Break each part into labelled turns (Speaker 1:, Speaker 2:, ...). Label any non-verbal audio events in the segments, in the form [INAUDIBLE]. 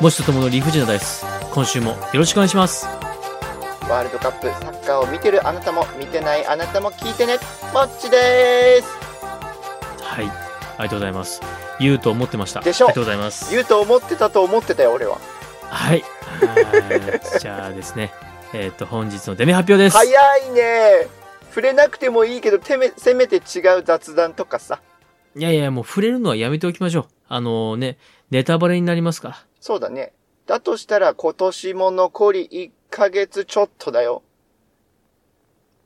Speaker 1: もしとともの理不尽なダイス今週もよろしくお願いします
Speaker 2: ワールドカップサッカーを見てるあなたも見てないあなたも聞いてねもっちです
Speaker 1: はいありがとうございます言うと思ってました
Speaker 2: でしょ
Speaker 1: ありがとうございます
Speaker 2: 言うと思ってたと思ってたよ俺は
Speaker 1: はいはいじゃあですねえっ、と本日のデメ発表です
Speaker 2: [LAUGHS] 早いね触れなくてもいいけどてめせめて違う雑談とかさ
Speaker 1: いやいやもう触れるのはやめておきましょうあのねネタバレになりますから
Speaker 2: そうだねだとしたら今年も残り1ヶ月ちょっとだよ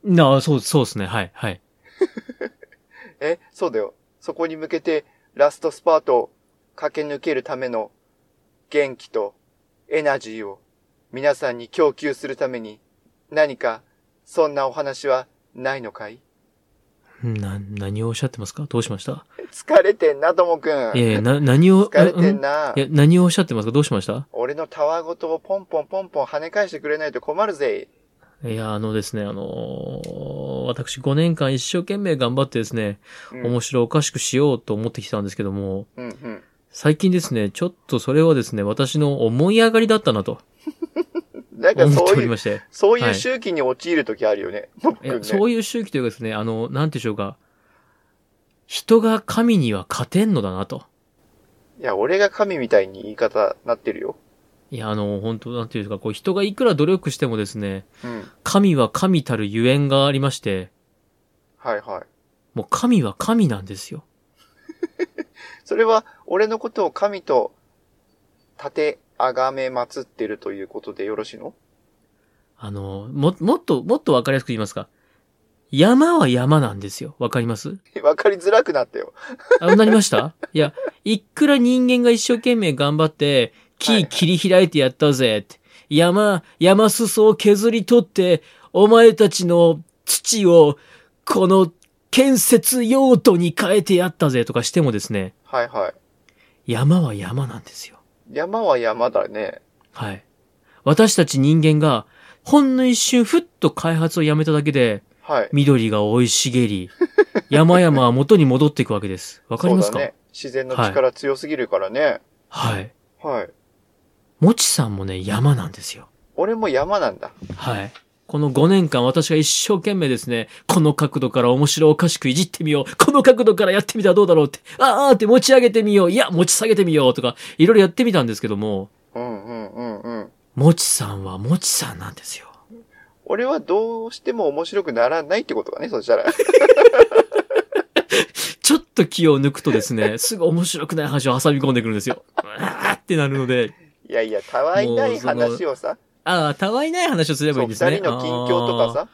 Speaker 1: なあ、そう、そうですね。はい、はい。
Speaker 2: えそうだよそこに向けてラストスパートを駆け抜けるための元気とエナジーを皆さんに供給するために何かそんなお話はないのかい
Speaker 1: な、何をおっしゃってますかどうしました
Speaker 2: 疲れてんな、ともくん。
Speaker 1: いやいや、な、何を、
Speaker 2: 疲れてん
Speaker 1: ん。
Speaker 2: ない
Speaker 1: や、何をおっしゃってますかどうしました
Speaker 2: 俺のタワーごとをポンポンポンポン跳ね返してくれないと困るぜ。
Speaker 1: いや、あのですね、あのー私5年間一生懸命頑張ってですね、
Speaker 2: うん、
Speaker 1: 面白おかしくしようと思ってきたんですけども、
Speaker 2: うんうん。
Speaker 1: 最近ですね、ちょっとそれはですね、私の思い上がりだったなと
Speaker 2: なんか
Speaker 1: 思っ
Speaker 2: そ
Speaker 1: て
Speaker 2: う
Speaker 1: おり
Speaker 2: いう、
Speaker 1: まして、
Speaker 2: そうい
Speaker 1: は
Speaker 2: う
Speaker 1: い
Speaker 2: 周期に陥るときあるよね。ともく
Speaker 1: い
Speaker 2: んね
Speaker 1: やそういう周期というかですね、あの、なんていうんでしょうか、人が神には勝てんのだなと。
Speaker 2: いや、俺が神みたいに言い方なってるよ。
Speaker 1: いや、あの、本当なんていうんですか、こう、人がいくら努力してもですね、
Speaker 2: うん。
Speaker 1: 神は神たるゆえんがありまして、
Speaker 2: はいはい。
Speaker 1: もう神は神なんですよ。
Speaker 2: それは、俺のことを神と、立て、あがめ、祀ってるということでよろしいの [LAUGHS]
Speaker 1: あの、も、もっと、もっとわかりやすく言いますか。山は山なんですよ。わかります
Speaker 2: わかりづらくなったよ。
Speaker 1: あ、なりましたいや、いくら人間が一生懸命頑張って、
Speaker 2: はいは
Speaker 1: 木
Speaker 2: い
Speaker 1: 切り開いてやったぜって、山、山裾を削り取って、お前たちの土を、この建設用途に変えてやったぜとかしてもですね、
Speaker 2: はいはい。
Speaker 1: 山は山なんですよ。
Speaker 2: 山は山だね。
Speaker 1: はい。私たち人間が、ほんの一瞬ふっと開発をやめただけで、
Speaker 2: はい。
Speaker 1: 緑が生い茂り、山々は元に戻っていくわけです。わかります
Speaker 2: そ
Speaker 1: か、
Speaker 2: うだね。自然の力強すぎるからね。
Speaker 1: はい。
Speaker 2: はい
Speaker 1: もちさんもね、山なんですよ。
Speaker 2: 俺も山なんだ。
Speaker 1: はい。この5年間私が一生懸命ですね、この角度から面白おかしくいじってみよう。この角度からやってみたらどうだろうって、あーあーって持ち上げてみよう。いや、持ち下げてみようとか、いろいろやってみたんですけども、
Speaker 2: うんうんうんうん。
Speaker 1: もちさんはもちさんなんですよ。
Speaker 2: 俺はどうしても面白くならないってことかね、そしたら。 [LAUGHS]
Speaker 1: ちょっと気を抜くとです [LAUGHS] ね、すぐ面白くない話を挟み込んでくるんですよ。うわーってなるので、
Speaker 2: いやいや、たわいない話をさ、
Speaker 1: ああ、たわいない話をすれば
Speaker 2: そ
Speaker 1: いういん
Speaker 2: 二
Speaker 1: ですね。
Speaker 2: 人の近況とか
Speaker 1: あー。
Speaker 2: さ、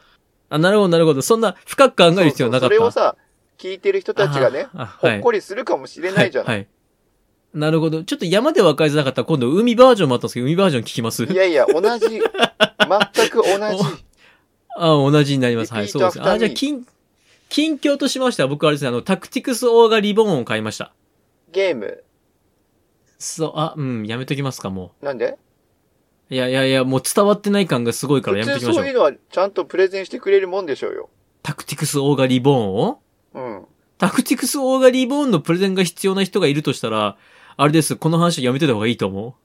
Speaker 1: あ、なるほど、なるほど。そんな深く考える必要はなか
Speaker 2: そ
Speaker 1: った。
Speaker 2: れをさ、聞いてる人たちがね、
Speaker 1: あ
Speaker 2: ほ
Speaker 1: ーあは
Speaker 2: っこりするかもしれないじゃ
Speaker 1: は
Speaker 2: ない。
Speaker 1: い。はいなるほど。ちょっと山で分かりづらかったら今度海バージョンもあったんですけど、海バージョン聞きます
Speaker 2: いやいや、同じ、全く同じ。
Speaker 1: [LAUGHS] あ同じになります。は
Speaker 2: リ
Speaker 1: い、
Speaker 2: ピート
Speaker 1: そうですね。あ、
Speaker 2: アフ
Speaker 1: じ
Speaker 2: タ
Speaker 1: ゃあ、
Speaker 2: ーミー
Speaker 1: 近、近況としましては僕はあれですね、あの、タクティクスオーガリボンを買いました。
Speaker 2: ゲーム。
Speaker 1: そう、あ、うん、やめときますか、も
Speaker 2: なんで
Speaker 1: う。いやいやいや、もう伝わってない感がすごいから
Speaker 2: 普
Speaker 1: やめと
Speaker 2: 通
Speaker 1: きましょ
Speaker 2: そう
Speaker 1: う。
Speaker 2: いうのはちゃんとプレゼンしてくれるもんでしょうよ。
Speaker 1: タクティクスオーガリボンを
Speaker 2: うん。 [LAUGHS]
Speaker 1: タクティクスオーガリボーンのプレゼンが必要な人がいるとしたら、あれです、この話やめてた方がいいと思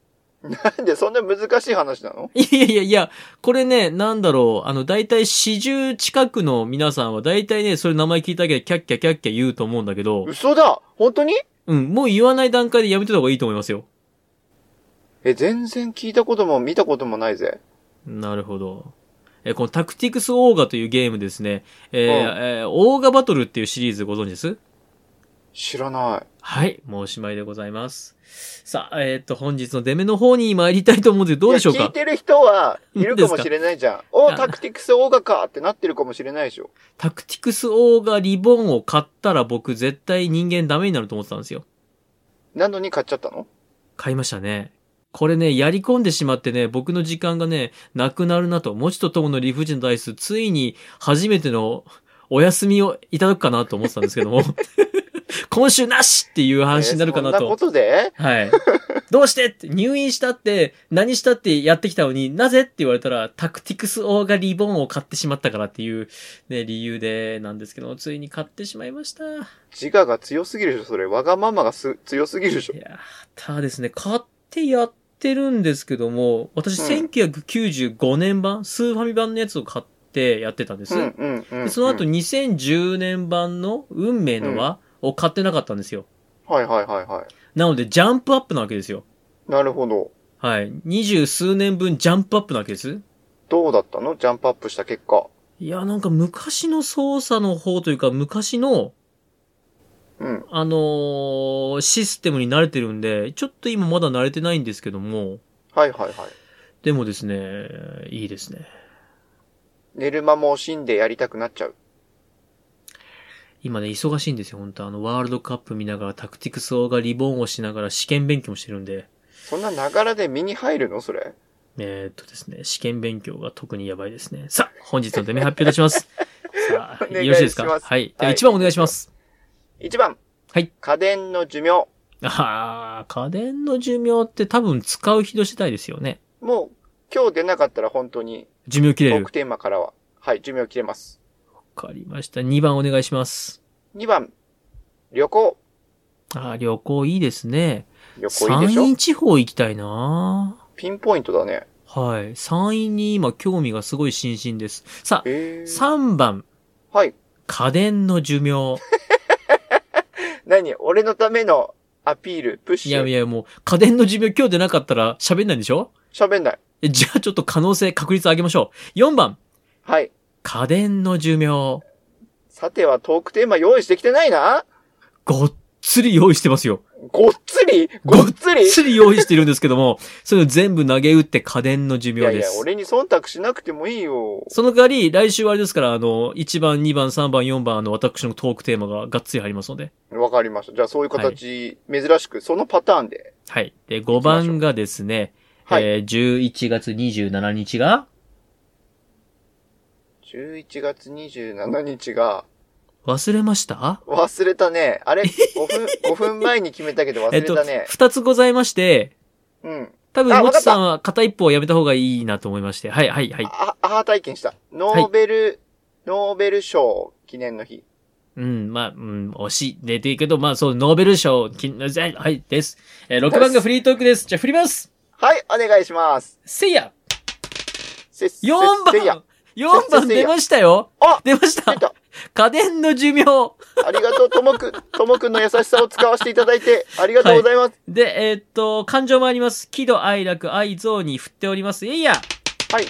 Speaker 2: なんでそんな難しい話なの
Speaker 1: う。いやいやいや、これね、なんだろう、あの、だいたい四十近くの皆さんは、だいたいね、それ名前聞いただけでキャッキャキャッキャ言うと思うんだけど、
Speaker 2: 嘘だ本当に
Speaker 1: うん、もう言わない段階でやめてた方がいいと思いますよ。
Speaker 2: え、全然聞いたことも見たこともないぜ。
Speaker 1: なるほど。え、このタクティクスオーガというゲームですね、えー
Speaker 2: う
Speaker 1: えーオーガバトルっていうシリーズご存知です
Speaker 2: 知らない。
Speaker 1: はい、もうおしまいでございます。さあ、えっ、と、本日の出目の方に参りたいと思うんですけど、どうでしょう
Speaker 2: いや聞
Speaker 1: か
Speaker 2: いてる人はいるかもしれないじゃん。お
Speaker 1: あ
Speaker 2: タクティクスオーガかってなってるかもしれないでしょ。
Speaker 1: タクティクスオーガリボンを買ったら僕絶対人間ダメになると思ってたんですよ。
Speaker 2: なのに買っちゃったの
Speaker 1: 買いましたね。これね、やり込んでしまってね、僕の時間がね、なくなるなと、もちとともの理不尽のダイス、ついに初めてのお休みをいただくかなと思ってたんですけど
Speaker 2: [LAUGHS]
Speaker 1: も、今週なしっていう話になるかな。
Speaker 2: えーそんなこととで
Speaker 1: はい。どうしてって入院したって、何したってやってきたのになぜって言われたら、タクティクスオーガリボンを買ってしまったからっていうね、理由でなんですけども、ついに買ってしまいました。
Speaker 2: 自我が強すぎるでしょ、それ。わがままがす強すぎるでしょ
Speaker 1: い。やーただですね、買ってやっってるんですけども、私
Speaker 2: うん
Speaker 1: 1995年版、スーファミ版のやつを買ってやってたんです。
Speaker 2: うんうんうんう
Speaker 1: で
Speaker 2: ん。
Speaker 1: その後2010年版の運命の輪を買ってなかったんですよ。
Speaker 2: はいはいはいは
Speaker 1: なのでジャンプアップなわけですよ。
Speaker 2: い。なるほど。
Speaker 1: はい。二十数年分ジャンプアップなわけです。
Speaker 2: どうだったのジャンプアップした結果。
Speaker 1: いや、なんか昔の操作の方というか、昔の、
Speaker 2: うん。
Speaker 1: あのーシステムに慣れてるんで、ちょっと今まだ慣れてないんですけども、
Speaker 2: はいはいはい。
Speaker 1: でもですね、いいですね。
Speaker 2: 寝る間も惜しんでやりたくなっちゃう。
Speaker 1: 今ね、忙しいんですよ、本当あの、ワールドカップ見ながら、タクティクスオーガリボンをしながら試験勉強もしてるんで、
Speaker 2: そんなながらで身に入るのそれ。
Speaker 1: えー、っとですね、試験勉強が特にやばいですね。さあ、本日のデメ発表いたし
Speaker 2: [LAUGHS]
Speaker 1: ます。さあ、
Speaker 2: お願い
Speaker 1: よろしいですか
Speaker 2: します
Speaker 1: はい。で
Speaker 2: は
Speaker 1: はい1番お願いします。
Speaker 2: 1番。
Speaker 1: はい。
Speaker 2: 家電の寿命。
Speaker 1: あー、家電の寿命って多分使う人次第ですよね。
Speaker 2: もう、今日出なかったら本当に、
Speaker 1: 寿命切
Speaker 2: ト
Speaker 1: れ
Speaker 2: ー
Speaker 1: る
Speaker 2: ク。テーマからは、はい、寿命切れます。
Speaker 1: わかりました。2番お願いします。
Speaker 2: 2番。旅行。
Speaker 1: あー旅行いいですね。
Speaker 2: 旅行
Speaker 1: 山
Speaker 2: いいでしょ
Speaker 1: 陰地方行きたいな
Speaker 2: ピンポイントだね。
Speaker 1: はい。山陰に今興味がすごい心身です。さあ、
Speaker 2: えー。
Speaker 1: 3番、
Speaker 2: はい。
Speaker 1: 家電の寿命。
Speaker 2: 何俺のためのアピール、プッシ
Speaker 1: いやい
Speaker 2: ュ。
Speaker 1: や、もう、家電の寿命今日でなかったら喋んないんでしょ
Speaker 2: 喋んない。
Speaker 1: えじゃあちょっと可能性、確率上げましょう。4番、
Speaker 2: はい。
Speaker 1: 家電の寿命。
Speaker 2: さてはトークテーマ用意してきてないな
Speaker 1: ごっつり用意してますよ。
Speaker 2: ごっつりごっつ
Speaker 1: ご
Speaker 2: り
Speaker 1: っつり用意してるんですけども、それを全部投げ打って家電の寿
Speaker 2: い
Speaker 1: 命
Speaker 2: や
Speaker 1: です。
Speaker 2: いや、俺に忖度しなくてもいいよ。
Speaker 1: その代わり、来週はあれですから、あの、1番、2番、3番、4番、あの、私のトークテーマががっつり入りますので。
Speaker 2: わかりました。じゃあそういう形、珍しく、そのパターンで。
Speaker 1: はい。で、5番がですね、
Speaker 2: はい
Speaker 1: えー、11月27日が、
Speaker 2: 11月27日が、
Speaker 1: 忘れました
Speaker 2: 忘れたね。
Speaker 1: [LAUGHS]
Speaker 2: あれ ?5 分、5分前に決めたけど忘
Speaker 1: えっ
Speaker 2: れ
Speaker 1: と、
Speaker 2: たね。
Speaker 1: 2つございまして、
Speaker 2: うん。
Speaker 1: 多分、
Speaker 2: あ
Speaker 1: も
Speaker 2: わ
Speaker 1: ち
Speaker 2: かった
Speaker 1: さんは片一方はやめた方がいいなと思いまして。はい、はい、はい。
Speaker 2: あ、アハ体験した。ノーベル、ノーベル賞記念の日。
Speaker 1: うん、まあ、うん、惜しい。出ていいけど、まあ、そう、ノーベル賞、金はい、です。えー、6番がフリートークです。じゃあ、振ります
Speaker 2: はい、お願いします。
Speaker 1: せいや
Speaker 2: せ、せ
Speaker 1: !4
Speaker 2: せいや
Speaker 1: 番 !4 番出ましたよ
Speaker 2: あ
Speaker 1: 出ました
Speaker 2: 出た
Speaker 1: 家電の寿命
Speaker 2: ありがとう、とも
Speaker 1: [LAUGHS]
Speaker 2: くん、ともくんの優しさを使わせていただいて、ありがとうございます。
Speaker 1: で、えーっと、感情もあります。喜怒哀楽、愛憎に振っております。えいや
Speaker 2: はい。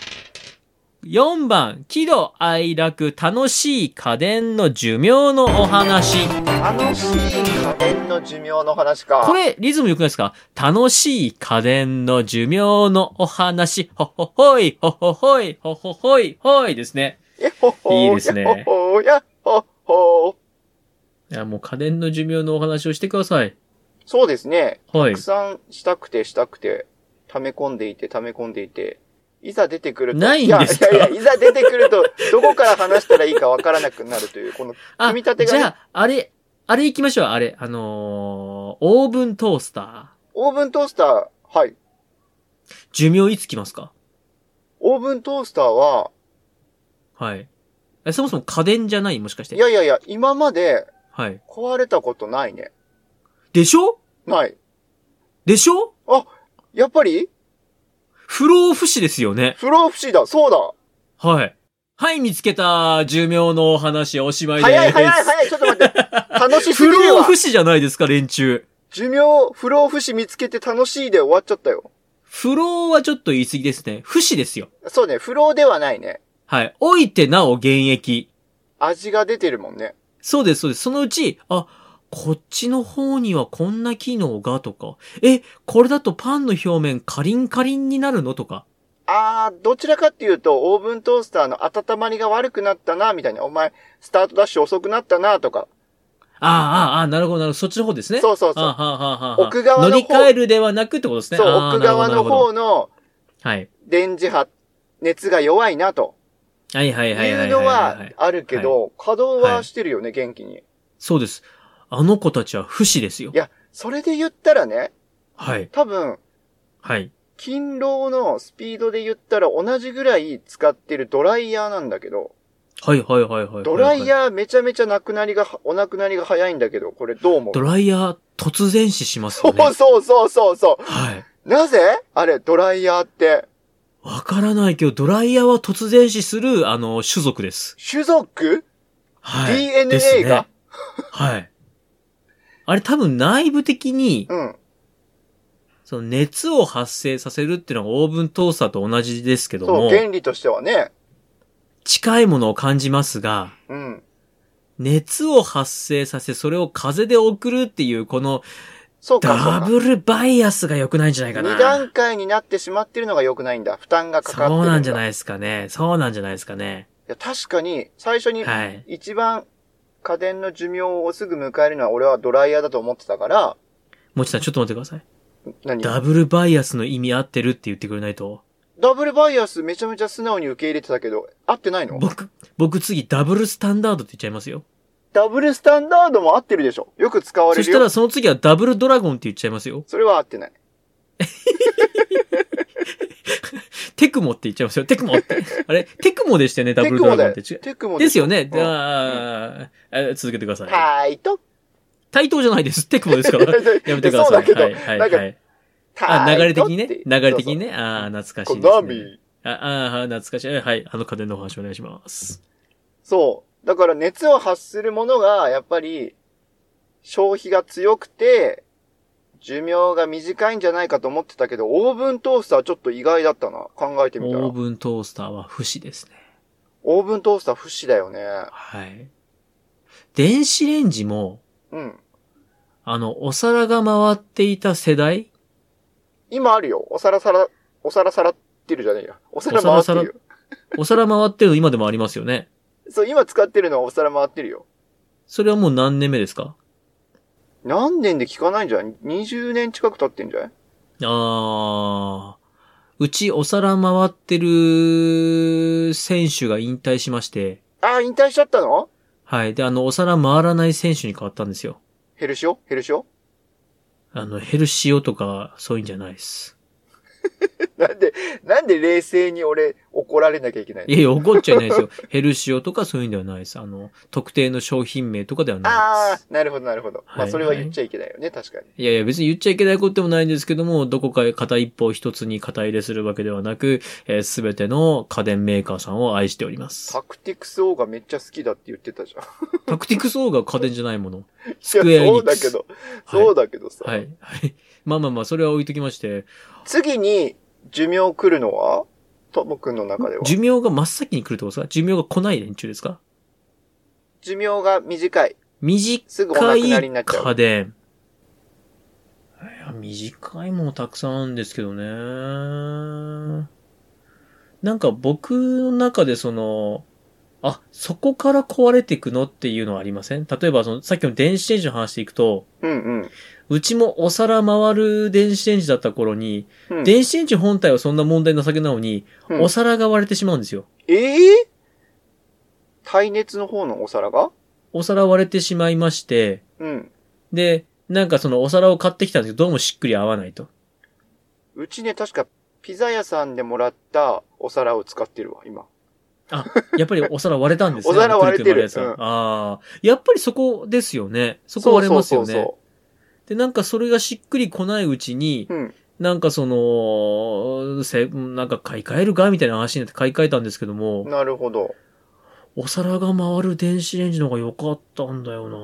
Speaker 1: !4 番、喜怒哀楽、楽しい家電の寿命のお話。
Speaker 2: 楽しい家電の寿命の話か。
Speaker 1: これ、リズム良くないですか楽しい家電の寿命のお話。ほほほい、ほほほい、ほほほい、ほいですね。
Speaker 2: えほほー
Speaker 1: いいですね
Speaker 2: やっほーやっほほー
Speaker 1: いや、もう家電の寿命のお話をしてください。
Speaker 2: そうですね。
Speaker 1: は
Speaker 2: た
Speaker 1: い
Speaker 2: く。さんしたくてしたくて、溜め込んでいて溜め込んでいて、いざ出てくると。
Speaker 1: ないんですか
Speaker 2: いやいやいや、いざ出てくると、どこから話したらいいかわからなくなるという、この、
Speaker 1: あ、
Speaker 2: 組み立てがね
Speaker 1: じゃあ、あれ、あれ行きましょう、あれ。あのー、オーブントースタ
Speaker 2: オーブントースター、はい。
Speaker 1: ー。寿命いつ来ますか
Speaker 2: オーブントースターは、
Speaker 1: はい。えそもそも家電じゃないもしかし
Speaker 2: い
Speaker 1: て。
Speaker 2: やいやいや、今まで
Speaker 1: はい。
Speaker 2: 壊れたことないね。
Speaker 1: でしょ
Speaker 2: ない。
Speaker 1: でしょ
Speaker 2: やっぱり
Speaker 1: 不老不死ですよね。
Speaker 2: 不老不死だ、そうだ。
Speaker 1: はい。はい、見つけた寿命のお話、おしまいです。
Speaker 2: 早い早い早い、ちょっと待って。楽しす
Speaker 1: 不
Speaker 2: ぎる
Speaker 1: 老
Speaker 2: わ
Speaker 1: 不。死じゃないですか、連中。
Speaker 2: 寿命、不老不死見つけて楽しいで終わっちゃったよ。
Speaker 1: 不老はちょっと言い過ぎですね。不死ですよ。
Speaker 2: そうね、不老ではないね。
Speaker 1: はい。老いてなお現役。
Speaker 2: 味が出てるもんね。
Speaker 1: そうです、そうです。そのうち、あ、こっちの方にはこんな機能がとか、え、これだとパンの表面カリンカリンになるのとか。
Speaker 2: あー、どちらかっていうと、オーブントースターの温まりが悪くなったな、みたいな。お前、スタートダッシュ遅くなったな、とか。
Speaker 1: ああ、ああ、ああ、なるほど、なるほど。そっちの方ですね。
Speaker 2: そうそうそう
Speaker 1: ああはあはあはあはあ
Speaker 2: 奥側の方
Speaker 1: 乗り換えるではなくってことですね。
Speaker 2: そう、
Speaker 1: ああ
Speaker 2: 奥側の。
Speaker 1: なるほどなるほ
Speaker 2: 方の
Speaker 1: どはい。
Speaker 2: 電磁波、熱が弱いな、と
Speaker 1: はいはいいはいは
Speaker 2: う
Speaker 1: い
Speaker 2: の
Speaker 1: はいはい
Speaker 2: は
Speaker 1: はい。
Speaker 2: あるけど、稼働はしてるよね、元気に。い
Speaker 1: そうです。あの子たちは不死ですよ。
Speaker 2: や、それで言ったらね、
Speaker 1: はい。
Speaker 2: 多分、
Speaker 1: はい。
Speaker 2: 勤労のスピードで言ったら同じぐらい使ってるドライヤーなんだけど、
Speaker 1: はいはいはいはい。
Speaker 2: ドライ
Speaker 1: ー。
Speaker 2: ヤーめちゃめちゃなくなりが、お亡くなりが早いんだけど、これどう思う
Speaker 1: ドライヤー突然死します
Speaker 2: そ
Speaker 1: よね
Speaker 2: う。そうそうそうそう。
Speaker 1: はい。
Speaker 2: なぜあれ、ドライヤーって、
Speaker 1: わからないけど、ドライヤーは突然死する、あの、種族です。
Speaker 2: 種族
Speaker 1: はい。
Speaker 2: DNA
Speaker 1: ですね
Speaker 2: が
Speaker 1: はい。あれ多分内部的に、
Speaker 2: うん。
Speaker 1: その熱を発生させるっていうのはオーブントースターと同じですけど
Speaker 2: そう、
Speaker 1: も、
Speaker 2: 原理としてはね。
Speaker 1: 近いものを感じますが、
Speaker 2: うん。
Speaker 1: 熱を発生させ、それを風で送るっていう、この
Speaker 2: そうか、そう
Speaker 1: ダ
Speaker 2: か。
Speaker 1: ブルバイアスが良くないんじゃないか
Speaker 2: 二
Speaker 1: な。
Speaker 2: 段階になってしまってるのが良くないんだ。負担がかかってる
Speaker 1: そうなんじゃない
Speaker 2: い
Speaker 1: ですかね。そうなんじゃないですかね。
Speaker 2: や、確かに、最初に、
Speaker 1: はい。
Speaker 2: 一番家電の寿命をすぐ迎えるのは俺はドライヤーだと思ってたから、
Speaker 1: もちさん、ちょっと待ってください。
Speaker 2: 何
Speaker 1: ダブルバイアスの意味合ってるって言ってくれないと。
Speaker 2: ダブルバイアスめちゃめちゃ素直に受け入れてたけど、合ってないの
Speaker 1: 僕、僕次ダブルスタンダードって言っちゃいますよ。
Speaker 2: ダブルスタンダードも合ってるでしょよく使わ
Speaker 1: そ
Speaker 2: れる
Speaker 1: した
Speaker 2: よ。
Speaker 1: らその次はダブルドラゴンって言っちゃいますよ。
Speaker 2: それは合ってない。
Speaker 1: テクモって言っちゃいますよ。テクモ
Speaker 2: [LAUGHS]
Speaker 1: って。あれテクモでしたよね、ダブ
Speaker 2: テ
Speaker 1: ル
Speaker 2: ク
Speaker 1: ドラ
Speaker 2: モ
Speaker 1: ゴン
Speaker 2: だ
Speaker 1: っ
Speaker 2: よ。
Speaker 1: て。違う
Speaker 2: テクモ
Speaker 1: ですよね。
Speaker 2: うん
Speaker 1: あーあ、続けてください。
Speaker 2: タイト。
Speaker 1: 対等じゃないです。テクモです
Speaker 2: [LAUGHS]
Speaker 1: から。やめてくだ
Speaker 2: そう
Speaker 1: さ
Speaker 2: だ
Speaker 1: い。
Speaker 2: けど、
Speaker 1: はい、はい、
Speaker 2: なんか
Speaker 1: はい。あ、
Speaker 2: タ
Speaker 1: 流れ
Speaker 2: イ
Speaker 1: 的
Speaker 2: トっ
Speaker 1: にね。
Speaker 2: て
Speaker 1: 流れ的に
Speaker 2: そう
Speaker 1: ね。ああ、懐か
Speaker 2: そ
Speaker 1: し
Speaker 2: う
Speaker 1: い
Speaker 2: コ
Speaker 1: です、
Speaker 2: ナ
Speaker 1: ね。
Speaker 2: ミ。
Speaker 1: ああー、懐かしい。はい。あの家電のお話お願いします。
Speaker 2: そう。だから熱を発するものが、やっぱり、消費が強くて、寿命が短いんじゃないかと思ってたけど、オーブントースターちょっと意外だったな。考えてみたら。
Speaker 1: オー
Speaker 2: オー
Speaker 1: ブントースターは不死ですね。
Speaker 2: ブントースター不死だよね。
Speaker 1: はい。電子レンジも、
Speaker 2: うん。
Speaker 1: あの、お皿が回っていた世代
Speaker 2: 今あるよ。お皿皿、お皿皿ってるじゃねえや。お皿
Speaker 1: お皿
Speaker 2: 回ってるよ。
Speaker 1: お皿回ってるの今でもありますよね。
Speaker 2: そう、今使ってるのはお皿回ってるよ。
Speaker 1: それはもう何年目ですか
Speaker 2: 何年で聞かないんじゃない ?20 年近く経ってんじゃない
Speaker 1: あー。うちお皿回ってる選手が引退しまして、
Speaker 2: ああ、引退しちゃったの
Speaker 1: はい。で、あの、お皿回らない選手に変わったんですよ。
Speaker 2: ヘルシオヘルシオ
Speaker 1: あの、ヘルシオとか、そういうんじゃないです。
Speaker 2: [LAUGHS] なんで、なんで冷静に俺怒られなきゃいけないの
Speaker 1: いやいや、怒っちゃいないですよ。ヘルシオとかそういうんではないです。あの、特定の商品名とかではないで
Speaker 2: あ
Speaker 1: す。
Speaker 2: あ、なるほど、なるほど。ま
Speaker 1: は
Speaker 2: あ、
Speaker 1: い
Speaker 2: それは言っちゃいけないよね、確かに。
Speaker 1: いやいや、別に言っちゃいけないことでもないんですけども、どこか片一方一つに肩入れするわけではなく、す、え、べ、全ての家電メーカーさんを愛しております。
Speaker 2: タクティクス王がめっちゃ好きだって言ってたじゃん。
Speaker 1: タクティクス王が家電じゃないもの。 [LAUGHS] スク
Speaker 2: い
Speaker 1: エ
Speaker 2: や、
Speaker 1: アエニ
Speaker 2: そ
Speaker 1: ッ
Speaker 2: う
Speaker 1: ク
Speaker 2: だ
Speaker 1: ス
Speaker 2: け。ど、そうだけどさ。
Speaker 1: はい。はい。はい。 [LAUGHS] まあまあまあ、それは置いときまして、
Speaker 2: 次に寿命来るのはともくんの中では。
Speaker 1: 寿命が真っ先に来るってことですか寿命が来ない連中ですか
Speaker 2: 寿命が短い。
Speaker 1: 短
Speaker 2: すぐお亡くなり
Speaker 1: い
Speaker 2: になっちゃ
Speaker 1: 家
Speaker 2: う。
Speaker 1: 電。いや、短いものたくさんあるんですけどね。なんか僕の中でその、あ、そこから壊れていくのっていうのはありません例えばその、さっきの電子レンジの話でいくと、
Speaker 2: うんうん。
Speaker 1: うちもお皿回る電子レンジだった頃に、
Speaker 2: うん、
Speaker 1: 電子レンジ本体はそんな問題なさげなのに、
Speaker 2: うん
Speaker 1: お皿が割れてしまうんですよ。
Speaker 2: ええ耐熱の方のお皿が
Speaker 1: お皿割れてしまいまして、
Speaker 2: うん。
Speaker 1: で、なんかそのお皿を買ってきたんですけど、どうもしっくり合わないと。
Speaker 2: うちね、確かピザ屋さんでもらったお皿を使ってるわ、今。
Speaker 1: あ、やっぱりお皿割れたんですね。
Speaker 2: お皿割れて
Speaker 1: あ
Speaker 2: る
Speaker 1: のくく
Speaker 2: うん
Speaker 1: く割れたやつはああ、やっぱりそこですよね。そこ割れますよね。
Speaker 2: そうそう
Speaker 1: で、なんかそれがしっくりこないうちに、
Speaker 2: そうそう。うん。
Speaker 1: なんかその、せ、なんか買い替えるかみたいな話になって買い替えたんですけども、
Speaker 2: なるほど。
Speaker 1: お皿が回る電子レンジの方が良かったんだよな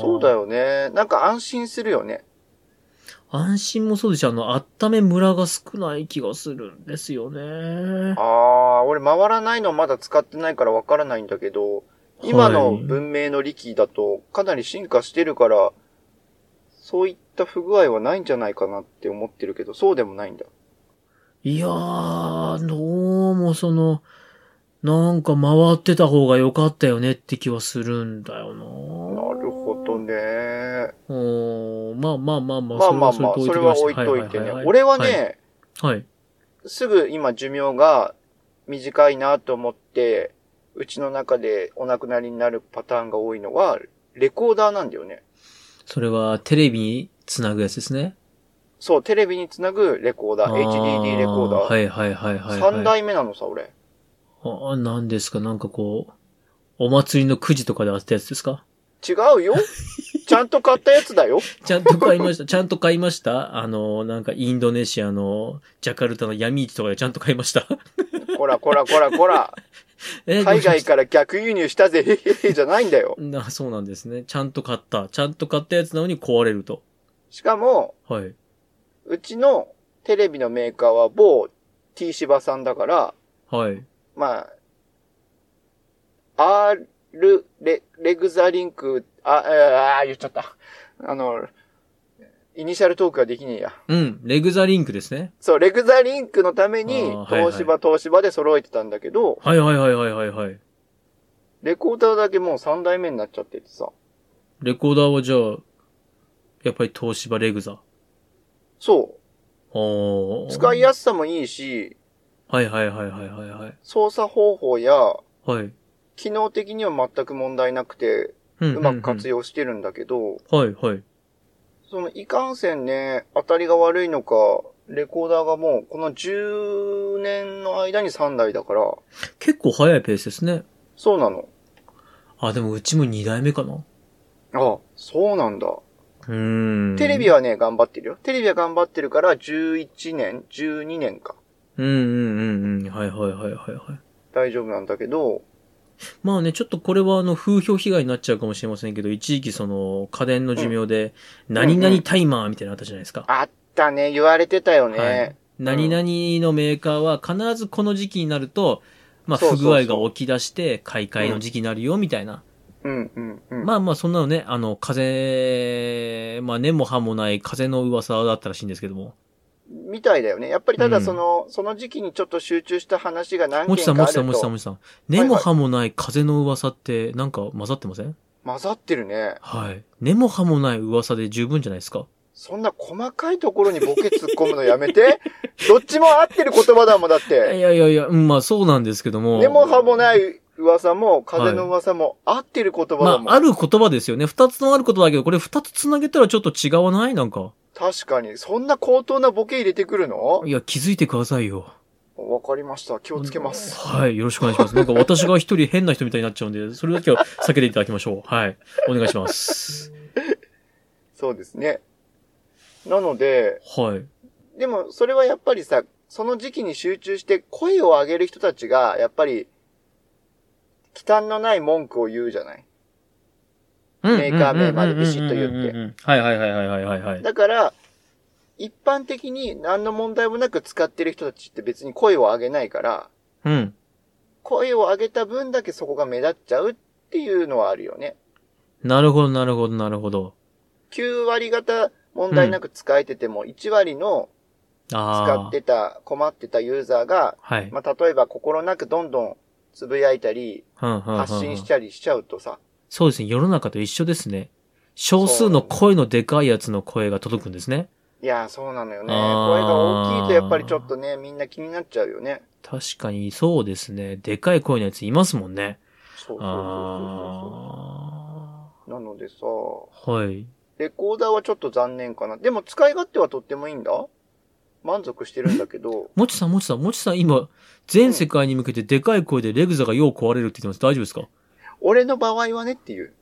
Speaker 2: そうだ
Speaker 1: よ。
Speaker 2: よね。なんか安心するよね。
Speaker 1: 安心もそうですし、あの、温めムラが少ない気がするんですよね。
Speaker 2: ああー、俺回らないのまだ使ってないからわからないんだけど、今の
Speaker 1: はい
Speaker 2: 文明の力だとかなり進化してるから、そういった不具合はないんじゃないかなって思ってるけど、そうでもないんだ。
Speaker 1: いやー、どうもその、なんか回ってた方が良かったよねって気はするんだよな
Speaker 2: なるほどね。
Speaker 1: うーん、まあまあまあまあ、
Speaker 2: まあまあまあ、それは置いとい
Speaker 1: まして
Speaker 2: ね。
Speaker 1: は
Speaker 2: 俺はね、、
Speaker 1: いいはいはい。
Speaker 2: すぐ今寿命が短いなと思って、うちの中でお亡くなりになるパターンが多いのは、レコーダーなんだよね。
Speaker 1: それはテレビにつなぐやつですね。
Speaker 2: そう、テレビにつなぐレコーダー、HDD レコー
Speaker 1: あ
Speaker 2: ダー。
Speaker 1: はいはいはいはい、はい。
Speaker 2: 3代目なのさ、俺。
Speaker 1: あ何ですかなんかこう、お祭りのくじとかで当てたやつですか
Speaker 2: 違うよちゃんと買ったやつだよ。
Speaker 1: ちゃんと買いま
Speaker 2: [LAUGHS]
Speaker 1: した。ちゃんと買いました。あの、なんかインドネシアのジャカルタの闇市とかでちゃんと買いました。
Speaker 2: こらこらこらこ
Speaker 1: [LAUGHS]
Speaker 2: ら。
Speaker 1: え
Speaker 2: 海外から逆輸入したぜ、へへへじゃないんだよ。
Speaker 1: な、そうなんですね。ちゃんと買った。ちゃんと買ったやつなのに壊れると。
Speaker 2: しかも、
Speaker 1: はい。
Speaker 2: うちのテレビのメーカーは某 T 芝さんだから、
Speaker 1: はい。
Speaker 2: まあ、R レ、レグザリンク、あ、ああー、言っちゃった。あの、イニシャルトークはできねえや。
Speaker 1: うん。レグザリンクですね。
Speaker 2: そう、レグザリンクのために
Speaker 1: あ、ーはいはい
Speaker 2: 東芝、東芝で揃えてたんだけど、
Speaker 1: はいはいはいはいはいはい。
Speaker 2: レコーダーだけもう3代目になっちゃっててさ。
Speaker 1: レコーダーはじゃあ、やっぱり東芝レグザ。
Speaker 2: そ
Speaker 1: お
Speaker 2: う。使いやすさもいいし、
Speaker 1: はいはいはいはいはいはい。
Speaker 2: 操作方法や、
Speaker 1: はい。
Speaker 2: 機能的には全く問題なくて、
Speaker 1: うん
Speaker 2: うまく活用してるんだけど、
Speaker 1: 用。はいはい。
Speaker 2: その、いかんせんね、当たりが悪いのか、レコーダーがもう、この10年の間に3台だから、
Speaker 1: 結構早いペースですね。
Speaker 2: そうなの。
Speaker 1: あ、でもうちも2代目かな。
Speaker 2: ああ、そうなんだ。
Speaker 1: うーん。
Speaker 2: テレビ
Speaker 1: は。
Speaker 2: はね、頑張ってるよ。テレビは頑張ってるから、11年、12年か。
Speaker 1: うんうんうんうん。はいはいはいはいはい。
Speaker 2: 大丈夫なんだけど、
Speaker 1: まあね、ちょっとこれはあの、風評被害になっちゃうかもしれませんけど、一時期その、家電の寿命で、何々タイマーみたいなのあったじゃないですか。
Speaker 2: あったね、言われてたよね。
Speaker 1: はい。何々のメーカーは必ずこの時期になると、まあ、
Speaker 2: そうそ
Speaker 1: 不
Speaker 2: うそう
Speaker 1: 具合が起き出して、買い替えの時期になるよ、みたいな。
Speaker 2: うんうんうん。
Speaker 1: まあまあ、そんなのね、あの、風、まあ、根も葉もない風の噂だったらしいんですけども。
Speaker 2: みたいだよね。やっぱりただ
Speaker 1: うん
Speaker 2: その、その時期にちょっと集中した話が何
Speaker 1: もちさん、
Speaker 2: 件か
Speaker 1: も
Speaker 2: あ
Speaker 1: ちさ
Speaker 2: る
Speaker 1: ん、もちさん、
Speaker 2: と
Speaker 1: もちさん。根も葉もない風の噂って、なんか混ざってません
Speaker 2: 混ざってるね。
Speaker 1: はい。根も葉もない噂で十分じゃないですか。
Speaker 2: そんな細かいところにボケ突っ込むのやめ
Speaker 1: [LAUGHS]
Speaker 2: て。どっちも合ってる言葉だもんだっ
Speaker 1: いや
Speaker 2: て。
Speaker 1: いやいや、うんまあそうなんですけども。
Speaker 2: 根も葉もない噂も、風の噂も合ってる言葉だもん。
Speaker 1: まあ、ある言葉ですよね。二つのある言葉だけど、これ二つ繋げたらちょっと違わないなんか。
Speaker 2: 確かに。そんな高等なボケ入れてくるの
Speaker 1: いや、気づいてくださいよ。
Speaker 2: わかりました。気をつけます。
Speaker 1: はい、よろしくお願いします。なんか私が一人変な人みたいになっちゃうんで、それだけは避けていただきましょう。はい。お願いします。
Speaker 2: そうですね。なので、
Speaker 1: はい。
Speaker 2: でもそれはやっぱりさ、その時期に集中して声を上げる人たちが、やっぱり、忌憚のない文句を言うじゃない。メーカー名までビシッと言って
Speaker 1: って。はいはいはいはいはいはいはい。
Speaker 2: だから、一般的に何の問題もなく使ってる人たちって別に声を上げないから、
Speaker 1: うん。
Speaker 2: 声を上げた分だけそこが目立っちゃうっていうのはあるよね。
Speaker 1: なるほどなるほどなるほど。
Speaker 2: 9割方問題なく使えてても、1割の使
Speaker 1: ああ。
Speaker 2: ってた、困ってたユーザーが、
Speaker 1: はい。
Speaker 2: まあ、例えば心なくどんどんつぶやいたり、
Speaker 1: 発
Speaker 2: 発信しちゃりしちゃうとさ、
Speaker 1: そうですね。世の中と一緒ですね。少数の声のでかいやつの声が届くんですね。
Speaker 2: いやー、そうなのよね。声
Speaker 1: あー
Speaker 2: が大きいとやっぱりちょっとね、みんな気になっちゃうよね。
Speaker 1: 確かにそうですね。でかい声のやついますもんね。
Speaker 2: そうそうそうそう
Speaker 1: あ
Speaker 2: そう。なのでさ、
Speaker 1: あ。はい。、
Speaker 2: レコーダーはちょっと残念かな。でも使い勝手はとってもいいんだ。満足してるんだけど [LAUGHS]
Speaker 1: もちさん、もちさん、もちさん、今、全世界に向けてでかい声でレグザがよう壊れるって言ってます。大丈夫ですか
Speaker 2: 俺の場合はねっていう。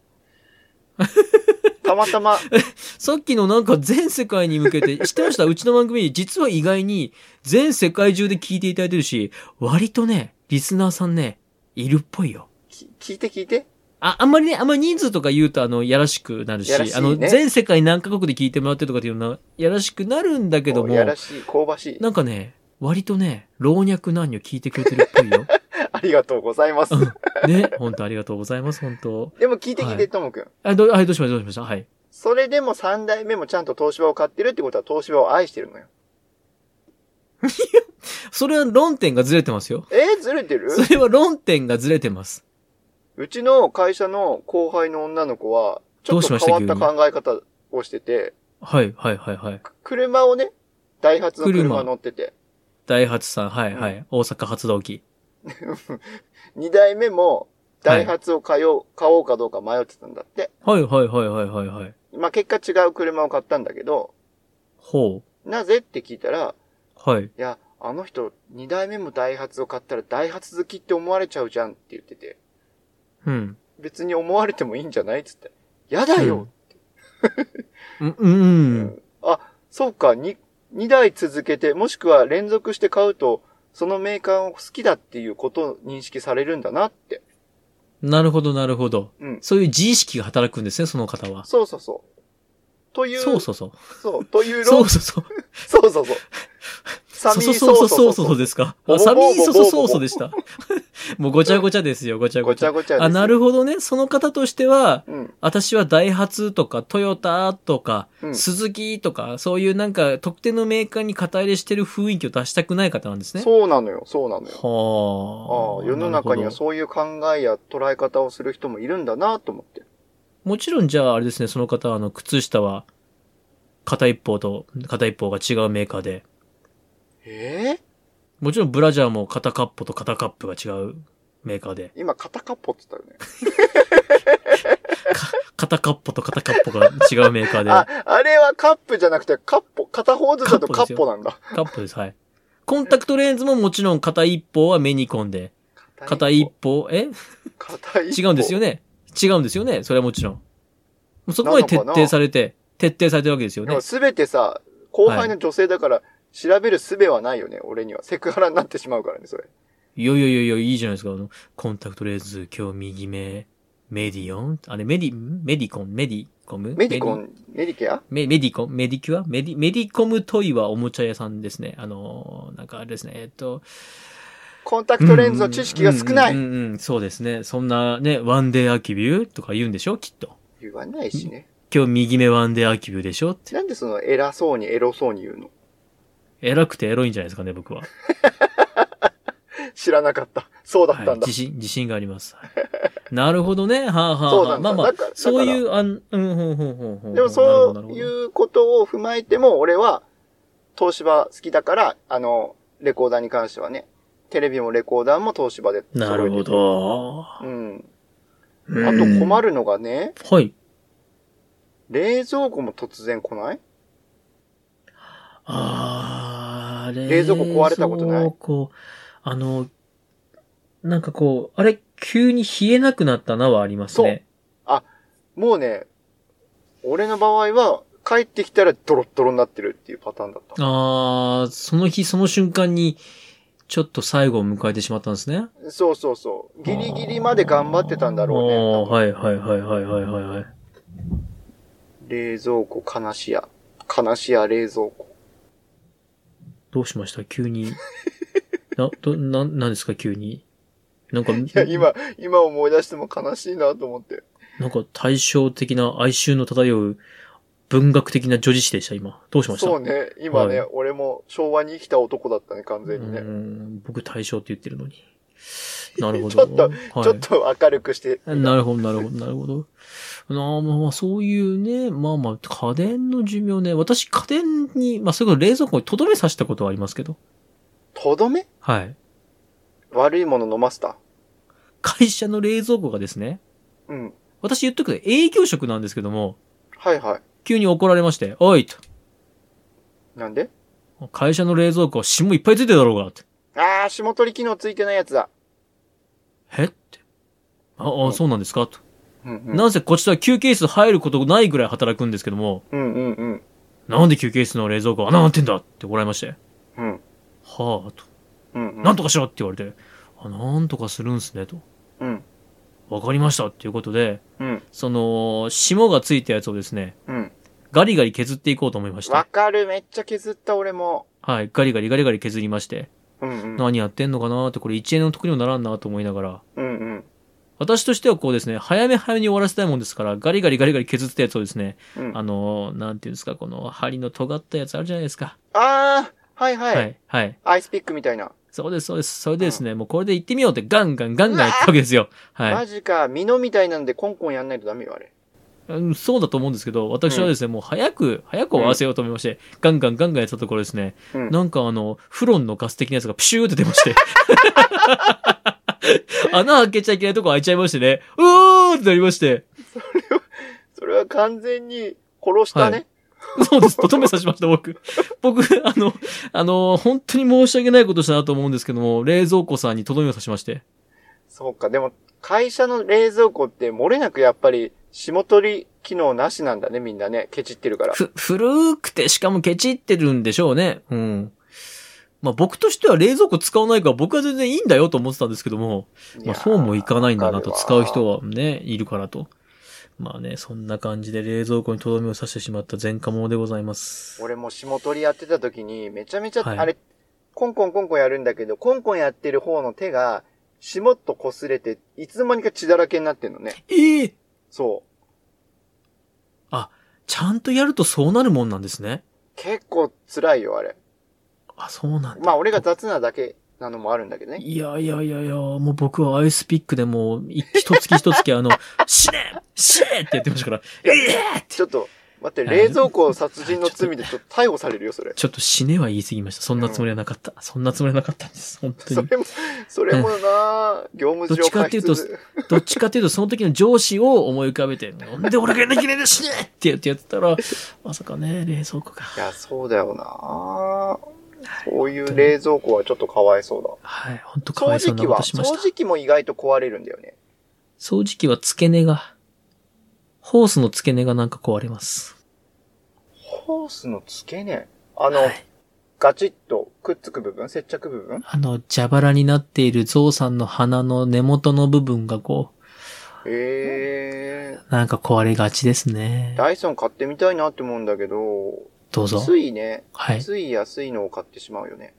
Speaker 2: たまたま、 [LAUGHS]
Speaker 1: さっきのなんか全世界に向けて、 [LAUGHS] 知ってましたうちの番組、実は意外に全世界中で聞いていただいてるし、割とね、リスナーさんね、いるっぽいよ。
Speaker 2: き聞いて聞いて。
Speaker 1: あ、あんまりね、あんまり人数とか言うと、あの、やらしくなるし、
Speaker 2: やらしいね
Speaker 1: あの、全世界何カ国で聞いてもらってるとかっていうのは、やらしくなるんだけども、
Speaker 2: やらしい、香ばしい。
Speaker 1: なんかね、割とね、老若男女聞いてくれてるっぽい
Speaker 2: [LAUGHS]
Speaker 1: よ。
Speaker 2: [LAUGHS] ありがとうございます。
Speaker 1: ね、本当ありがとうございます、本当
Speaker 2: でも聞いて聞い
Speaker 1: は
Speaker 2: て、
Speaker 1: い
Speaker 2: ともくん。
Speaker 1: あ、どう、はい、どうしました、どうしましたはい。
Speaker 2: それでも3代目もちゃんと東芝を買ってるってことは東芝を愛してるのよ。
Speaker 1: それは論点がずれてますよ。
Speaker 2: えーずれてる
Speaker 1: それは論点がずれてます。
Speaker 2: うちの会社の後輩の女の子は、ちょっ
Speaker 1: ど
Speaker 2: と
Speaker 1: うしま
Speaker 2: 変
Speaker 1: した
Speaker 2: わった考え方をしてて、
Speaker 1: はい、はい、はい、はい。
Speaker 2: く車をね、ダイハツの車
Speaker 1: 車
Speaker 2: 乗ってて、
Speaker 1: ダイハツさん、はい、
Speaker 2: うん
Speaker 1: はい。大阪発動機。
Speaker 2: 2代目もダイハツを買おう、買おうかどうか迷ってたんだって。
Speaker 1: はい、はい、はい、はい、はい、はい。
Speaker 2: まあ、結果違う車を買ったんだけど、
Speaker 1: ほ
Speaker 2: なぜって聞いたら、
Speaker 1: う。はい。
Speaker 2: いや、あの人、2代目もダイハツを買ったらダイハツ好きって思われちゃうじゃんって言ってて、
Speaker 1: うん。
Speaker 2: 別に思われてもいいんじゃないっつって。やだよ、
Speaker 1: うん、うんうん。
Speaker 2: そうか、2、2台続けて、もしくは連続して買うと、そのメーカーを好きだっていうことを認識されるんだなって。
Speaker 1: なるほど、なるほど。
Speaker 2: うん。
Speaker 1: そういう自意識が働くんですね、その方は。
Speaker 2: そうそうそう。という、
Speaker 1: そうそうそう。
Speaker 2: そうという
Speaker 1: そ
Speaker 2: 論
Speaker 1: う、そうそう。
Speaker 2: そう
Speaker 1: [LAUGHS]
Speaker 2: そうそう。サ
Speaker 1: そうそうそうそうそうですか。
Speaker 2: ボ
Speaker 1: あ、
Speaker 2: ボボ
Speaker 1: サミ
Speaker 2: ボボ
Speaker 1: ーそうそうそうそうでした。 [LAUGHS] もうごちゃごちゃですよ、ごちゃ
Speaker 2: ご
Speaker 1: ご
Speaker 2: ち
Speaker 1: ちゃ。
Speaker 2: ゃごちゃです。
Speaker 1: あ、なるほどね。その方としては、
Speaker 2: うん。
Speaker 1: 私はダイハツとかトヨタとか、
Speaker 2: うん。
Speaker 1: スズキとか、そういうなんか特定のメーカーに肩入れしてる雰囲気を出したくない方なんですね。
Speaker 2: そうなのよ、そうなのよ。あ
Speaker 1: は
Speaker 2: あ、
Speaker 1: あ。
Speaker 2: 世の中には
Speaker 1: なるほ
Speaker 2: そういう考えや捉え方をする人もいるんだなと思って。
Speaker 1: どもちろんじゃああれですね、その方はあの、靴下は、片一方と片一方が違うメーカーで、
Speaker 2: ええ
Speaker 1: もちろんブラジャーも片カッポと片カップが違うメーカーで、
Speaker 2: 今、肩かっぽって言ったよね。
Speaker 1: 片カッポと片カッポが違うメーカーで、
Speaker 2: あ、あれはカップじゃなくて、カッポ、片方ずつだとカッポなんだ。
Speaker 1: カップです、はい。コンタクトレンズももちろん片一方はメニコンで、片一方、え
Speaker 2: 硬い。
Speaker 1: 違うんですよ
Speaker 2: ね。
Speaker 1: ね。違うんですよね。それはもちろん。もうそこまで徹
Speaker 2: なのか
Speaker 1: 底
Speaker 2: な
Speaker 1: されて、徹底されてるわけですよね。
Speaker 2: すべてさ、後輩の女性だから、調べる術はないよね、俺には。セクハラになってしまうからね、それ。
Speaker 1: いやいやいやいや、いいじゃないですか。あの、コンタクトレンズ、今日右目、メディオンあれ、メディ、メディコン、メディコム
Speaker 2: メディコ
Speaker 1: メ
Speaker 2: ン、メディケア
Speaker 1: メメディコンメディキュアメディ、メディコムトイはおもちゃ屋さんですね。あのー、なんかあれですね、えっと。
Speaker 2: コンタクトレンズの知識が少な
Speaker 1: うん
Speaker 2: い。
Speaker 1: うんうんうん、そうですね。そんなね、ワンデーアキビューとか言うんでしょきっと。
Speaker 2: 言わないしね。
Speaker 1: 今日右目ワンデーアキビューでしょって。
Speaker 2: なんでその偉そうにエロそうに言うの
Speaker 1: 偉くてエロいんじゃないですかね、僕は。
Speaker 2: 知らなかった。そうだっ
Speaker 1: は
Speaker 2: た
Speaker 1: い、
Speaker 2: んだ
Speaker 1: 自。信、自信があります。はいなるほどね。はあ、はあ
Speaker 2: そう
Speaker 1: は
Speaker 2: な
Speaker 1: あ、まあ
Speaker 2: んだ。
Speaker 1: まあ
Speaker 2: だ、から
Speaker 1: そうい
Speaker 2: だか
Speaker 1: う、あん、うん、ほんほんほんほん。
Speaker 2: らでもそう
Speaker 1: う。
Speaker 2: いうことを踏まえても、俺は、東芝好きだから、あの、レコーダーに関してはね、テレビもレコーダーも東芝で。
Speaker 1: なるほ。ど。あ
Speaker 2: うん。あと困
Speaker 1: る。
Speaker 2: るのがね、
Speaker 1: はい。
Speaker 2: 冷蔵庫も突然来ない
Speaker 1: あー、
Speaker 2: 冷蔵庫壊れたことない
Speaker 1: 冷蔵庫あの、なんかこう、あれ、急に冷えなくなったなはありますね。
Speaker 2: もうね、俺の場合は、帰ってきたらドロッドロになってるっていうパターンだった。
Speaker 1: あー、その日、その瞬間に、ちょっと最後を迎えてしまったんですね。
Speaker 2: そうそうそう。ギリギリまで頑張ってたんだろうね
Speaker 1: あー
Speaker 2: 多分。
Speaker 1: はいはいはいはいはいはいはい。
Speaker 2: 冷蔵庫、悲しや。悲しや冷蔵庫。
Speaker 1: どうしました急に。 [LAUGHS] な、ど、な、なんですか急に。なんか、
Speaker 2: いや、今、今思い出しても悲しいなと思って。
Speaker 1: なんか対照的な哀愁の漂う文学的な女子誌でした、今。どうしました
Speaker 2: そうね。今ね、
Speaker 1: は
Speaker 2: 俺も昭和に生きた男だったね、完全に
Speaker 1: うー
Speaker 2: ね。
Speaker 1: ん僕対象って言ってるの
Speaker 2: [LAUGHS]
Speaker 1: に。なるほど。
Speaker 2: ちょっと
Speaker 1: はい、
Speaker 2: ちょっと明るくして。
Speaker 1: なるほど、なるほど、 [LAUGHS] なるほど。なあまあまあ、そういうね、まあまあ、家電の寿命ね。私、家電に、まあ、それこそ冷蔵庫にとどめさせたことはありますけど。
Speaker 2: とどめ
Speaker 1: はい。
Speaker 2: 悪いもの飲ませた。
Speaker 1: 会社の冷蔵庫がですね、
Speaker 2: うん。
Speaker 1: 私言っとくけど営業職なんですけども、
Speaker 2: はいはい。
Speaker 1: 急に怒られまして、おいと、
Speaker 2: なんで
Speaker 1: 会社の冷蔵庫、霜いっぱいついてるだろうが、って。
Speaker 2: あー、霜取り機能ついてないやつだ。
Speaker 1: えって。あ、あ、そうなんですかと。
Speaker 2: うんうん。
Speaker 1: なぜこちら休憩室入ることないぐらい働くんですけども、
Speaker 2: うんうんうん。
Speaker 1: なんで休憩室の冷蔵庫穴なってんだって怒られまして。は
Speaker 2: うん。
Speaker 1: あ、と。
Speaker 2: うん、うん。
Speaker 1: なんとかしろって言われて、あ、なんとかするんすね、と。
Speaker 2: うん。
Speaker 1: わかりましたっていうことで、
Speaker 2: うん。
Speaker 1: その、霜がついたやつをですね、
Speaker 2: うん。
Speaker 1: ガリガリ削っていこうと思いまして
Speaker 2: わ。かる。めっちゃ削った、俺も。
Speaker 1: はい、ガリガリガリガリ削りまして。
Speaker 2: うんうん。
Speaker 1: 何やってんのかなーって、これ1円の得にもならんなと思いながら、
Speaker 2: うんうん。
Speaker 1: 私としてはこうですね、早め早めに終わらせたいもんですから、ガリガリガリガリ削ったやつをですね、
Speaker 2: うん、
Speaker 1: あのー、なんていうんですか、この針の尖ったやつあるじゃないですか。
Speaker 2: あー、はいはい。
Speaker 1: はい、はい。
Speaker 2: アイスピックみたいな。
Speaker 1: そうです、そうです。それでですね、もうこれで行ってみようってガンガンガンガン行ったわけですよ。は
Speaker 2: マ
Speaker 1: い。
Speaker 2: ジか、ミノみたいなんでコンコンやんないとダメよ、あれ。
Speaker 1: うんそうだと思うんですけど、私はですね、もう早く、早く終わらせようと思いまして、ガンガンガンガンやったところですね、
Speaker 2: うん。
Speaker 1: なんかあの、フロンのガス的なやつがプシューって出ま [LAUGHS] して。穴開けちゃいけないとこ開いちゃいましてね、うーってなりまして、
Speaker 2: それは完全に殺したね。
Speaker 1: そうです。とどめさしました、僕。僕、あの、あの、本当に申し訳ないことしたなと思うんですけども、冷蔵庫さんにとどめをさしまして。
Speaker 2: そうか、でも、会社の冷蔵庫って漏れなくやっぱり霜取り機能なしなんだね、みんなね。ケチってるから。
Speaker 1: ふ、古くてしかもケチってるんでしょうね。うん。まあ僕としては冷蔵庫使わないから僕は全然いいんだよと思ってたんですけども、まあそうもいかないんだなと、使う人
Speaker 2: は。
Speaker 1: はね、いるからと。まあね、そんな感じで冷蔵庫にとどめを刺してしまった前科者でございます。
Speaker 2: 俺も霜取りやってた時に、めちゃめちゃ、
Speaker 1: はい
Speaker 2: あれ、コンコンコンコンやるんだけど、コンコンやってる方の手が、霜っと擦れて、いつの間にか血だらけになってんのね。
Speaker 1: ええ
Speaker 2: そう。
Speaker 1: ちゃんとやるとそうなるもんなんですね。
Speaker 2: 結構辛いよ、あれ。
Speaker 1: あ、そうなんだ。
Speaker 2: まあ、俺が雑なだけなのもあるんだけどね。
Speaker 1: いやいやいやいや、もう僕はアイスピックでもう、い一月一月あの、 [LAUGHS] 死ね死ねって言ってましたから、ええって
Speaker 2: ちょっと、待って、
Speaker 1: はい
Speaker 2: 冷蔵庫殺人の罪でちょっと逮捕されるよ、それ。
Speaker 1: ちょっと死ねは言い過ぎました。そんなつもりはなかった。そんなつもりはなかったんです。本当
Speaker 2: そ
Speaker 1: に。
Speaker 2: れも、それもなあ業務
Speaker 1: どっ
Speaker 2: 上
Speaker 1: ちかっ
Speaker 2: 過
Speaker 1: ていうと
Speaker 2: 失。
Speaker 1: どっちかというと、その時の上司を思い浮かべて、なんで俺がやらなきゃいけないんだ死ねってやってやってたら、まさかね、冷蔵庫が。
Speaker 2: いや、そうだよなこういう冷蔵庫はちょっとかわいそうだ。
Speaker 1: はい、本当かわ
Speaker 2: 掃
Speaker 1: いそう
Speaker 2: 除
Speaker 1: な
Speaker 2: 機
Speaker 1: こ
Speaker 2: は、
Speaker 1: としまし
Speaker 2: 掃
Speaker 1: た。
Speaker 2: 除機も意外と壊れるんだよね。
Speaker 1: 掃除機は付け根が、ホースの付け根がなんか壊れます。
Speaker 2: ホースの付け根あの、
Speaker 1: はい。
Speaker 2: ガチッとくっつく部分接着部分
Speaker 1: あの、蛇腹になっているゾウさんの鼻の根元の部分がこ
Speaker 2: ええ
Speaker 1: う、なんか壊れがちですね。
Speaker 2: ダイソン買ってみたいなって思うんだけど、
Speaker 1: どうぞ。
Speaker 2: ついね、
Speaker 1: はい。
Speaker 2: つい安いのを買ってしまうよね。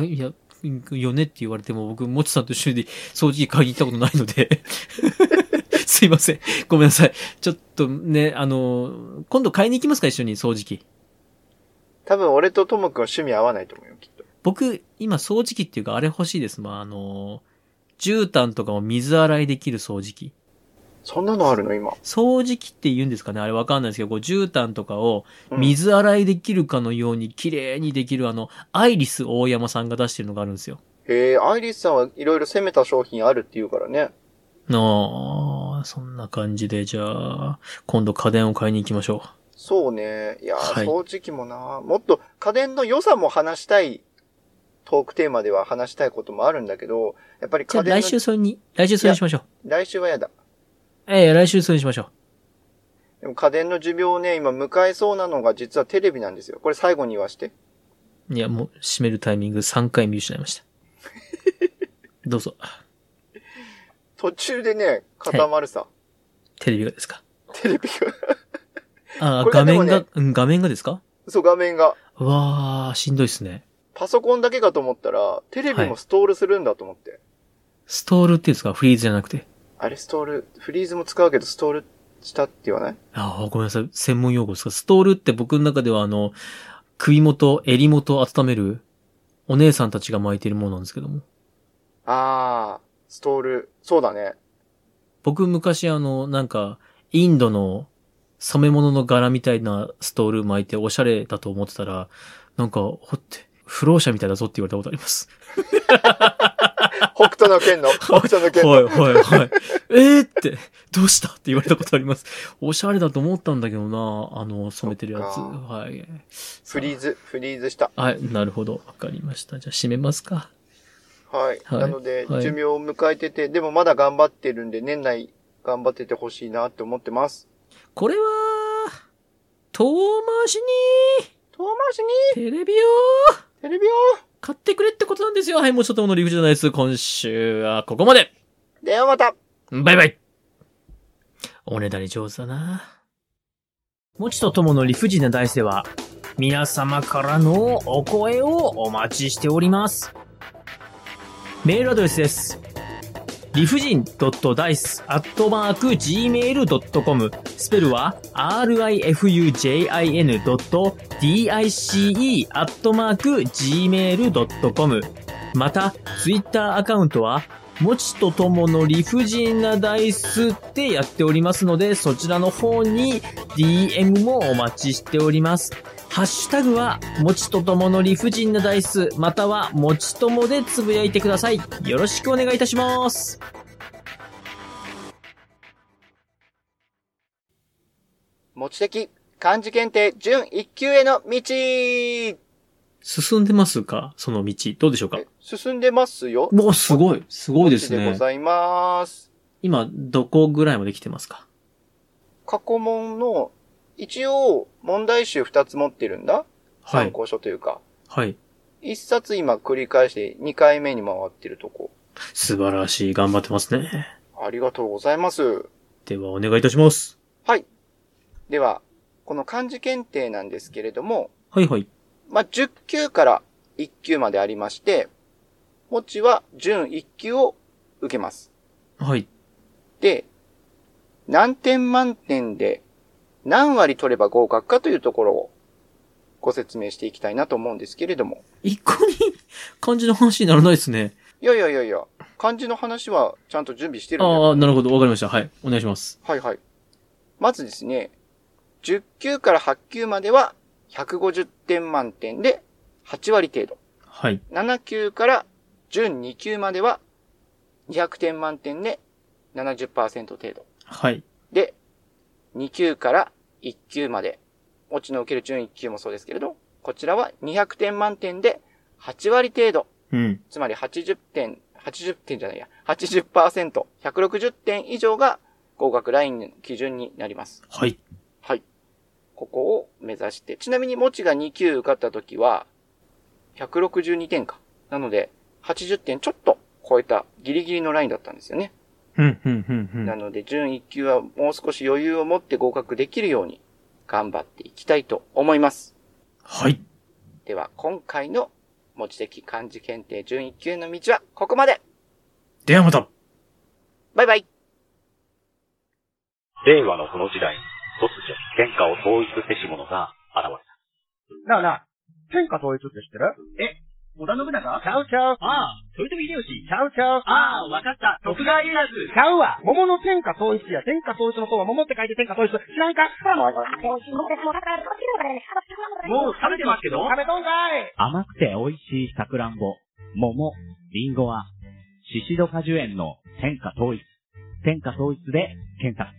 Speaker 1: いや、よねって言われても、僕、もちさんと一緒に [LAUGHS] 掃除機買いに行ったことないので。 [LAUGHS] すいません。ごめんなさい。ちょっとね、あの、今度買いに行きますか一緒に掃除機。
Speaker 2: 多分俺とともくんは趣味合わないと思うよ、きっと。
Speaker 1: 僕、今掃除機っていうか、あれ欲しいです。まあ、あの、絨毯とかを水洗いできる掃除機。
Speaker 2: そんなのあるの今。
Speaker 1: 掃除機って言うんですかねあれわかんないですけど、こう、絨毯とかを
Speaker 2: うん
Speaker 1: 水洗いできるかのように綺麗にできる、あの、アイリス大山さんが出してるのがあるんですよ。
Speaker 2: へえ、アイリスさんはいろいろ攻めた商品あるって言うからね。
Speaker 1: ああ、そんな感じで、じゃあ、今度家電を買いに行きましょ
Speaker 2: そうね。いやー、
Speaker 1: はい
Speaker 2: 掃除機もな、もっと家電の良さも話したいトークテーマでは話したいこともあるんだけど、やっぱり
Speaker 1: う。じゃ
Speaker 2: 家
Speaker 1: あ
Speaker 2: 電の
Speaker 1: 来週それに、来週それにしましょう。
Speaker 2: 来週はやだ。
Speaker 1: ええ、来週それにしましょ
Speaker 2: でも家電の寿命をね、今迎えそうなのが実はテレビなんですよ。これ最後に言わして。
Speaker 1: う。いや、もう、閉めるタイミング3回見失いま
Speaker 2: [LAUGHS]
Speaker 1: した。どうぞ。
Speaker 2: 途中でね、固まるさ。
Speaker 1: テレビがですか
Speaker 2: テレビが。 [LAUGHS]
Speaker 1: ああ、
Speaker 2: これ
Speaker 1: 画
Speaker 2: がでも
Speaker 1: 面
Speaker 2: ね
Speaker 1: が、うん画面がですか
Speaker 2: そう、画面が。
Speaker 1: うわあ、しんどいっすね。
Speaker 2: パソコンだけかと思ったら、テレビもストールするんだと思って。
Speaker 1: ストールっていうんですかフリーズじゃなくて。
Speaker 2: あれストール、フリーズも使うけどストールしたって言わない
Speaker 1: ああ、ごめんなさい。専門用語ですかストールって僕の中ではあの、首元、襟元を温める、お姉さんたちが巻いてるものなんですけども。
Speaker 2: あー、ストール。そうだね。
Speaker 1: 僕昔あの、なんか、インドの染め物の柄みたいなストール巻いておしゃれだと思ってたら、なんか、ほって、不老者みたいだぞって言われたことあります。
Speaker 2: 北斗
Speaker 1: [LAUGHS]
Speaker 2: の剣の、北斗の剣の。
Speaker 1: はいはいはい。えーって、どうしたって言われたことあります。おしゃれだと思ったんだけどな、あの、染めてるやつ。
Speaker 2: そっか
Speaker 1: はい。
Speaker 2: フリーズ、フリーズした。
Speaker 1: はい、なるほど。わかりました。じゃあ閉めますか。
Speaker 2: はい。
Speaker 1: はい
Speaker 2: なので、
Speaker 1: はい
Speaker 2: 寿命を迎えてて、でもまだ頑張ってるんで、年内頑張っててほしいなって思ってます。
Speaker 1: これは、遠回しに、
Speaker 2: 遠回し
Speaker 1: テ
Speaker 2: に
Speaker 1: レビを、
Speaker 2: テレビを
Speaker 1: 買ってくれってことなんですよ。はい、もうちょっともの理不尽なやつ。今週はここまで
Speaker 2: ではまた
Speaker 1: バイバイおねだり上手だな。もちとともの理不尽なダイスでは、皆様からのお声をお待ちしております。メールアドレスです。理不尽 d i c e g m a i l c o m スペルは rifujin.dice gmail.com また、ツイッターアカウントは、もちとともの理不尽なダイスってやっておりますので、そちらの方に DM もお待ちしております。ハッシュタグは、もちとともの理不尽なダイス、または、もちともでつぶやいてください。よろしくお願いいたします。
Speaker 2: 持ち的漢字検定準1級への道
Speaker 1: 進んでますかその道。どうでしょうか
Speaker 2: え進んでますよ。
Speaker 1: もうすごい。すごいです
Speaker 2: こっちで
Speaker 1: ね
Speaker 2: ご。ざいます。
Speaker 1: 今、どこぐらいまで来てますか
Speaker 2: 過去問の、一応、問題集2つ持ってるんだ。
Speaker 1: は
Speaker 2: 参
Speaker 1: い。
Speaker 2: 考書というか。
Speaker 1: はい。
Speaker 2: 一冊今繰り返して2回目に回ってるとこ。
Speaker 1: 素晴らしい。頑張ってますね。
Speaker 2: ありがとうございます。
Speaker 1: では、お願いいたします。
Speaker 2: はい。では、この漢字検定なんですけれども、
Speaker 1: はいはい。
Speaker 2: まあ、10級から1級までありまして、もちは準1級を受けます。
Speaker 1: はい。
Speaker 2: で、何点満点で何割取れば合格かというところをご説明していきたいなと思うんですけれども。
Speaker 1: 一向に漢字の話にならないですね。
Speaker 2: いやいやいやいや、漢字の話はちゃんと準備してるんだよ。
Speaker 1: ああ、なるほど。わかりました。はい。お願いします。
Speaker 2: はいはい。まずですね、10級から8級までは150点満点で8割程度。
Speaker 1: はい。
Speaker 2: 7級から準2級までは200点満点で70%程度。
Speaker 1: はい。
Speaker 2: で、2級から1級まで、落ちの受ける準1級もそうですけれど、こちらは200点満点で8割程度、
Speaker 1: うん。
Speaker 2: つまり80点、80点じゃないや、80%、160点以上が合格ラインの基準になります。
Speaker 1: はい。
Speaker 2: はい。ここを目指して、ちなみにもちが2級受かった時は、162点か。なので、80点ちょっと超えたギリギリのラインだったんですよね。
Speaker 1: うん、うん、うん、う。
Speaker 2: なんので、準1級はもう少し余裕を持って合格できるように頑張っていきたいと思います。
Speaker 1: はい。
Speaker 2: では、今回の持ち的漢字検定準1級への道はここまで
Speaker 1: ではまた
Speaker 2: バイバイ
Speaker 3: 令和のこの時代、突如、天下を統一せし者が現れた。
Speaker 4: なあなあ、天下統一って知ってる
Speaker 3: 織田信長
Speaker 4: ちゃうちゃう。
Speaker 3: ああ、豊臣秀吉。
Speaker 4: ちゃうちゃう。
Speaker 3: ああ、わかった。徳川家康。
Speaker 4: ちゃうわ。桃の天下統一や。天下統一の方は桃って書いて天下統一。知らんかもう、
Speaker 3: もう食べてますけど
Speaker 4: 食べとんかい
Speaker 5: 甘くて美味しいさくらんぼ、桃、りんごは、シシド果樹園の天下統一。天下統一で検索。